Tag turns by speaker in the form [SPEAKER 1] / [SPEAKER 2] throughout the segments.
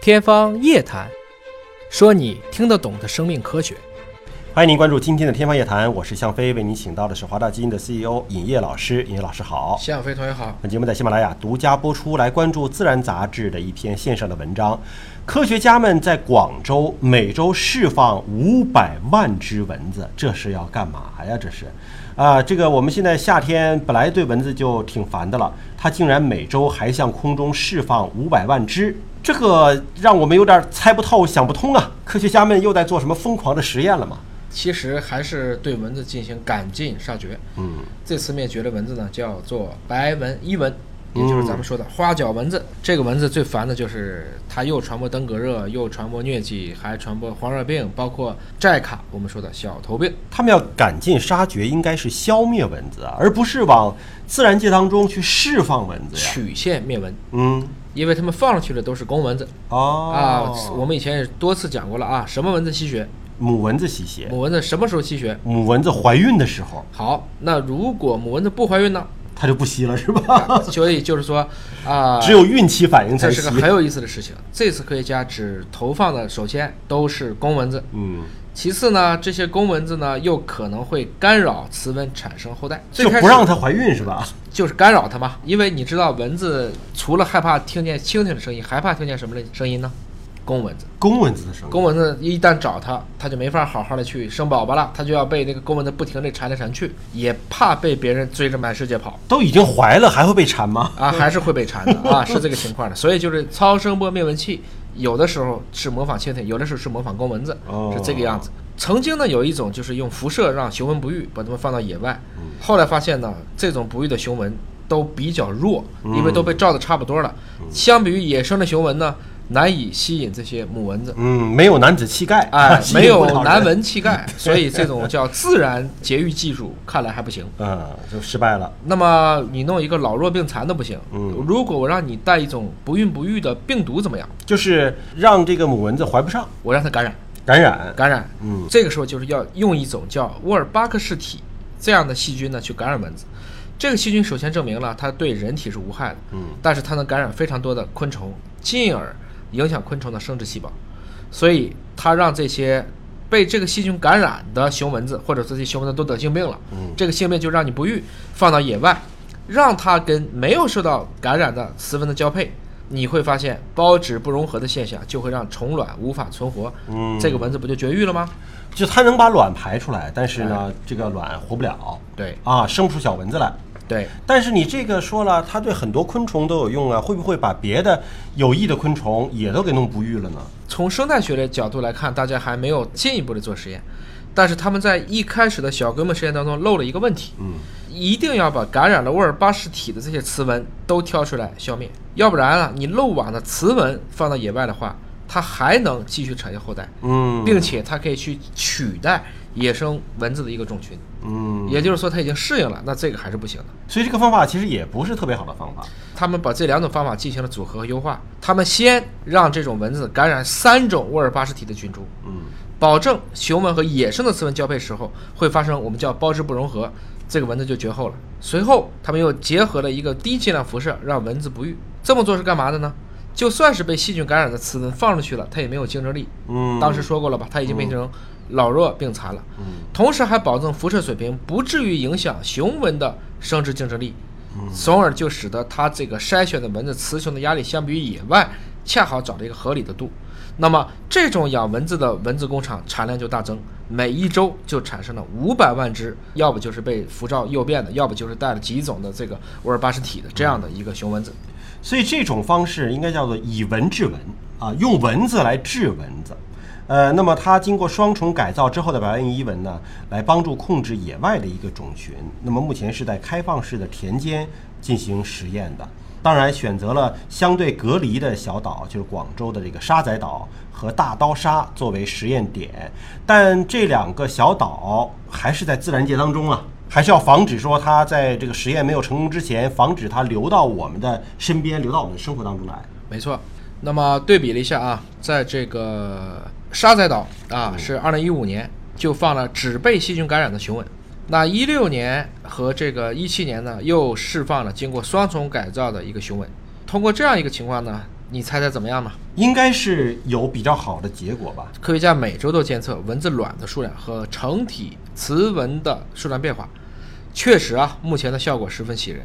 [SPEAKER 1] 天方夜谭，说你听得懂的生命科学。
[SPEAKER 2] 欢迎您关注今天的《天方夜谭》，我是向飞，为您请到的是华大基因的 CEO 尹烨老师。尹烨老师好，
[SPEAKER 1] 谢小飞同学好。
[SPEAKER 2] 本节目在喜马拉雅独家播出，来关注《自然》杂志的一篇线上的文章。科学家们在广州每周释放五百万只蚊子，这是要干嘛呀？这是，啊、这个我们现在夏天本来对蚊子就挺烦的了，它竟然每周还向空中释放五百万只，这个让我们有点猜不透、想不通啊！科学家们又在做什么疯狂的实验了吗？
[SPEAKER 1] 其实还是对蚊子进行赶尽杀绝。
[SPEAKER 2] 嗯，
[SPEAKER 1] 这次灭绝的蚊子呢，叫做白纹伊蚊，
[SPEAKER 2] 嗯
[SPEAKER 1] 也就是咱们说的花脚蚊子。这个蚊子最烦的就是它又传播登革热，又传播疟疾，还传播黄热病，包括寨卡，我们说的小头病。
[SPEAKER 2] 他们要赶尽杀绝，应该是消灭蚊子啊，而不是往自然界当中去释放蚊子呀。
[SPEAKER 1] 曲线灭蚊，
[SPEAKER 2] 嗯，
[SPEAKER 1] 因为他们放上去的都是公蚊子。
[SPEAKER 2] 哦，
[SPEAKER 1] 啊，我们以前也多次讲过了啊，什么蚊子吸血？
[SPEAKER 2] 母蚊子吸血，
[SPEAKER 1] 母蚊子什么时候吸血？
[SPEAKER 2] 母蚊子怀孕的时候
[SPEAKER 1] 好，那如果母蚊子不怀孕 呢？
[SPEAKER 2] 它就不吸了，是吧？
[SPEAKER 1] 所以就是说，啊、
[SPEAKER 2] 只有孕期反应
[SPEAKER 1] 这
[SPEAKER 2] 才
[SPEAKER 1] 是
[SPEAKER 2] 吸
[SPEAKER 1] 个。很有意思的事情。这次科学家只投放的首先都是公蚊子，
[SPEAKER 2] 嗯，
[SPEAKER 1] 其次呢，这些公蚊子呢又可能会干扰雌蚊产生后代，最
[SPEAKER 2] 就
[SPEAKER 1] 开始
[SPEAKER 2] 不让它怀孕是吧？
[SPEAKER 1] 就是干扰它嘛。因为你知道蚊子除了害怕听见蜻蜓的声音，害怕听见什么的声音呢？公蚊子。
[SPEAKER 2] 公蚊子的时候，
[SPEAKER 1] 公蚊子一旦找它，它就没法好好的去生宝宝了，它就要被那个公蚊子不停的缠来缠去，也怕被别人追着满世界跑
[SPEAKER 2] 都已经怀了，还会被缠吗？
[SPEAKER 1] 啊，还是会被缠 的啊，是这个情况的。所以就是超声波灭蚊器，有的时候是模仿蜻蜓，有的时候是模仿公蚊子，
[SPEAKER 2] 哦
[SPEAKER 1] 是这个样子。曾经呢，有一种就是用辐射让雄蚊不育，把它们放到野外，
[SPEAKER 2] 嗯
[SPEAKER 1] 后来发现呢，这种不育的雄蚊都比较弱，
[SPEAKER 2] 嗯
[SPEAKER 1] 因为都被照的差不多了。相比于野生的雄蚊呢，难以吸引这些母 蚊子。
[SPEAKER 2] 嗯，没有男子气概，
[SPEAKER 1] 哎
[SPEAKER 2] ，吸引
[SPEAKER 1] 没有
[SPEAKER 2] 不了人
[SPEAKER 1] 难。闻气概，所以这种叫自然节育技术看来还不行。
[SPEAKER 2] 嗯，就失败了。
[SPEAKER 1] 那么你弄一个老弱病残的不行，
[SPEAKER 2] 嗯
[SPEAKER 1] 如果我让你带一种不孕不育的病毒怎么样？
[SPEAKER 2] 就是让这个母蚊子怀不上，
[SPEAKER 1] 我让它感染，
[SPEAKER 2] 感染。
[SPEAKER 1] 感染，
[SPEAKER 2] 嗯
[SPEAKER 1] 这个时候就是要用一种叫沃尔巴克氏体这样的细菌呢去感染蚊子。这个细菌首先证明了它对人体是无害的，
[SPEAKER 2] 嗯，
[SPEAKER 1] 但是它能感染非常多的昆虫，进而影响昆虫的生殖细胞，所以它让这些被这个细菌感染的雄蚊子，或者这些雄蚊子都得性病了。
[SPEAKER 2] 嗯
[SPEAKER 1] 这个性病就让你不育，放到野外，让它跟没有受到感染的雌蚊子交配，你会发现孢子不融合的现象就会让虫卵无法存活，
[SPEAKER 2] 嗯
[SPEAKER 1] 这个蚊子不就绝育了吗？
[SPEAKER 2] 就它能把卵排出来，但是呢，这个卵活不了。
[SPEAKER 1] 对
[SPEAKER 2] 啊，生不出小蚊子来。
[SPEAKER 1] 对，
[SPEAKER 2] 但是你这个说了，它对很多昆虫都有用啊，会不会把别的有益的昆虫也都给弄不育了呢？
[SPEAKER 1] 从生态学的角度来看，大家还没有进一步的做实验，但是他们在一开始的小规模实验当中漏了一个问题，
[SPEAKER 2] 嗯，
[SPEAKER 1] 一定要把感染了沃尔巴氏体的这些雌蚊都挑出来消灭，要不然啊，你漏网的雌蚊放到野外的话，它还能继续产生后代，
[SPEAKER 2] 嗯
[SPEAKER 1] 并且它可以去取代野生蚊子的一个种群，
[SPEAKER 2] 嗯，
[SPEAKER 1] 也就是说它已经适应了，那这个还是不行的。
[SPEAKER 2] 所以这个方法其实也不是特别好的方法。
[SPEAKER 1] 他们把这两种方法进行了组合和优化，他们先让这种蚊子感染三种沃尔巴氏体的菌株，
[SPEAKER 2] 嗯，
[SPEAKER 1] 保证雄蚊和野生的雌蚊交配时候会发生我们叫孢枝不融合，这个蚊子就绝后了。随后，他们又结合了一个低剂量辐射，让蚊子不育。这么做是干嘛的呢？就算是被细菌感染的雌蚊放出去了，它也没有竞争力。
[SPEAKER 2] 嗯
[SPEAKER 1] 当时说过了吧，它已经变成老弱病残了。
[SPEAKER 2] 嗯，
[SPEAKER 1] 同时还保证辐射水平不至于影响雄蚊的生殖竞争力，从而就使得它这个筛选的蚊子雌雄的压力相比于野外恰好找了一个合理的度。那么这种养蚊子的蚊子工厂产量就大增，每一周就产生了五百万只，要不就是被辐照诱变的，要不就是带了几种的这个沃尔巴氏体的这样的一个雄蚊子。
[SPEAKER 2] 所以这种方式应该叫做以蚊治蚊啊，用蚊子来治蚊子。呃，那么它经过双重改造之后的白纹伊蚊呢，来帮助控制野外的一个种群。那么目前是在开放式的田间进行实验的，当然选择了相对隔离的小岛，就是广州的这个沙仔岛和大刀沙作为实验点。但这两个小岛还是在自然界当中啊，还是要防止说它在这个实验没有成功之前，防止它流到我们的身边，流到我们的生活当中来。
[SPEAKER 1] 没错。那么对比了一下啊，在这个沙仔岛啊，是二零一五年就放了只被细菌感染的雄蚊。那一六年和这个一七年呢，又释放了经过双重改造的一个雄蚊。通过这样一个情况呢，你猜猜怎么样呢？
[SPEAKER 2] 应该是有比较好的结果吧？
[SPEAKER 1] 科学家每周都监测蚊子卵的数量和成体雌蚊的数量变化，确实啊，目前的效果十分喜人。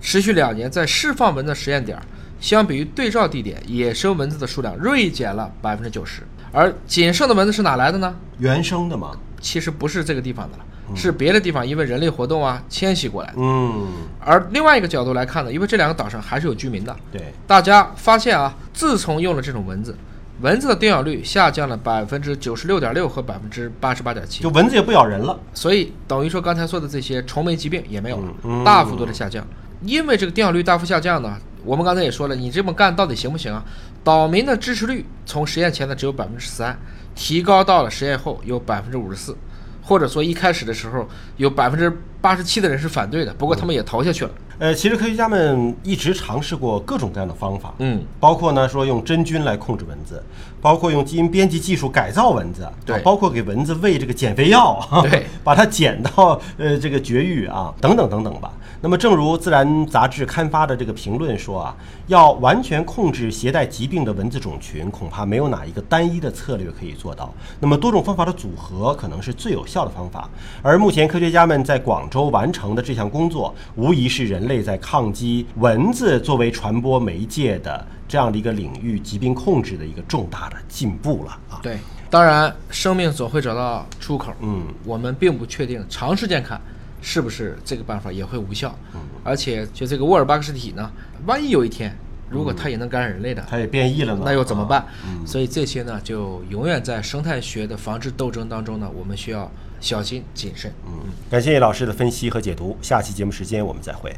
[SPEAKER 1] 持续两年，在释放蚊子实验点儿，相比于对照地点，野生蚊子的数量锐减了百分之九十，而仅剩的蚊子是哪来的呢？
[SPEAKER 2] 原生的嘛，
[SPEAKER 1] 其实不是这个地方的了，是别的地方因为人类活动啊迁徙过来的。
[SPEAKER 2] 嗯，
[SPEAKER 1] 而另外一个角度来看呢，因为这两个岛上还是有居民的，
[SPEAKER 2] 对，
[SPEAKER 1] 大家发现啊，自从用了这种蚊子，蚊子的叮咬率下降了百分之九十六点六和百分之八十八点七
[SPEAKER 2] 就，蚊子也不咬人了。
[SPEAKER 1] 所以等于说刚才说的这些虫媒疾病也没有了，
[SPEAKER 2] 嗯嗯
[SPEAKER 1] 大幅度的下降。因为这个叮咬率大幅下降呢，我们刚才也说了，你这么干到底行不行啊？岛民的支持率从实验前的只有百分之十三，提高到了实验后有百分之五十四，或者说一开始的时候有百分之八十七的人是反对的，不过他们也投下去了。
[SPEAKER 2] 呃，其实科学家们一直尝试过各种各样的方法，
[SPEAKER 1] 嗯，
[SPEAKER 2] 包括呢说用真菌来控制蚊子，包括用基因编辑技术改造蚊子，
[SPEAKER 1] 对
[SPEAKER 2] 啊包括给蚊子喂这个减肥药，
[SPEAKER 1] 对，
[SPEAKER 2] 把它减到呃这个绝育啊， 等等等等吧。那么，正如《自然》杂志刊发的这个评论说啊，要完全控制携带疾病的蚊子种群，恐怕没有哪一个单一的策略可以做到。那么，多种方法的组合可能是最有效的方法。而目前科学家们在广州完成的这项工作，无疑是人类在抗击蚊子作为传播媒介的这样的一个领域疾病控制的一个重大的进步了啊。
[SPEAKER 1] 对，当然生命总会找到出口。
[SPEAKER 2] 嗯，
[SPEAKER 1] 我们并不确定长时间看是不是这个办法也会无效。嗯，而且就这个沃尔巴克氏体呢，万一有一天如果它也能感染人类的，
[SPEAKER 2] 它也变异了呢，
[SPEAKER 1] 那又怎么
[SPEAKER 2] 啊
[SPEAKER 1] 办？所以这些呢，就永远在生态学的防治斗争当中呢，我们需要小心谨慎。
[SPEAKER 2] 嗯，感谢叶老师的分析和解读，下期节目时间我们再会。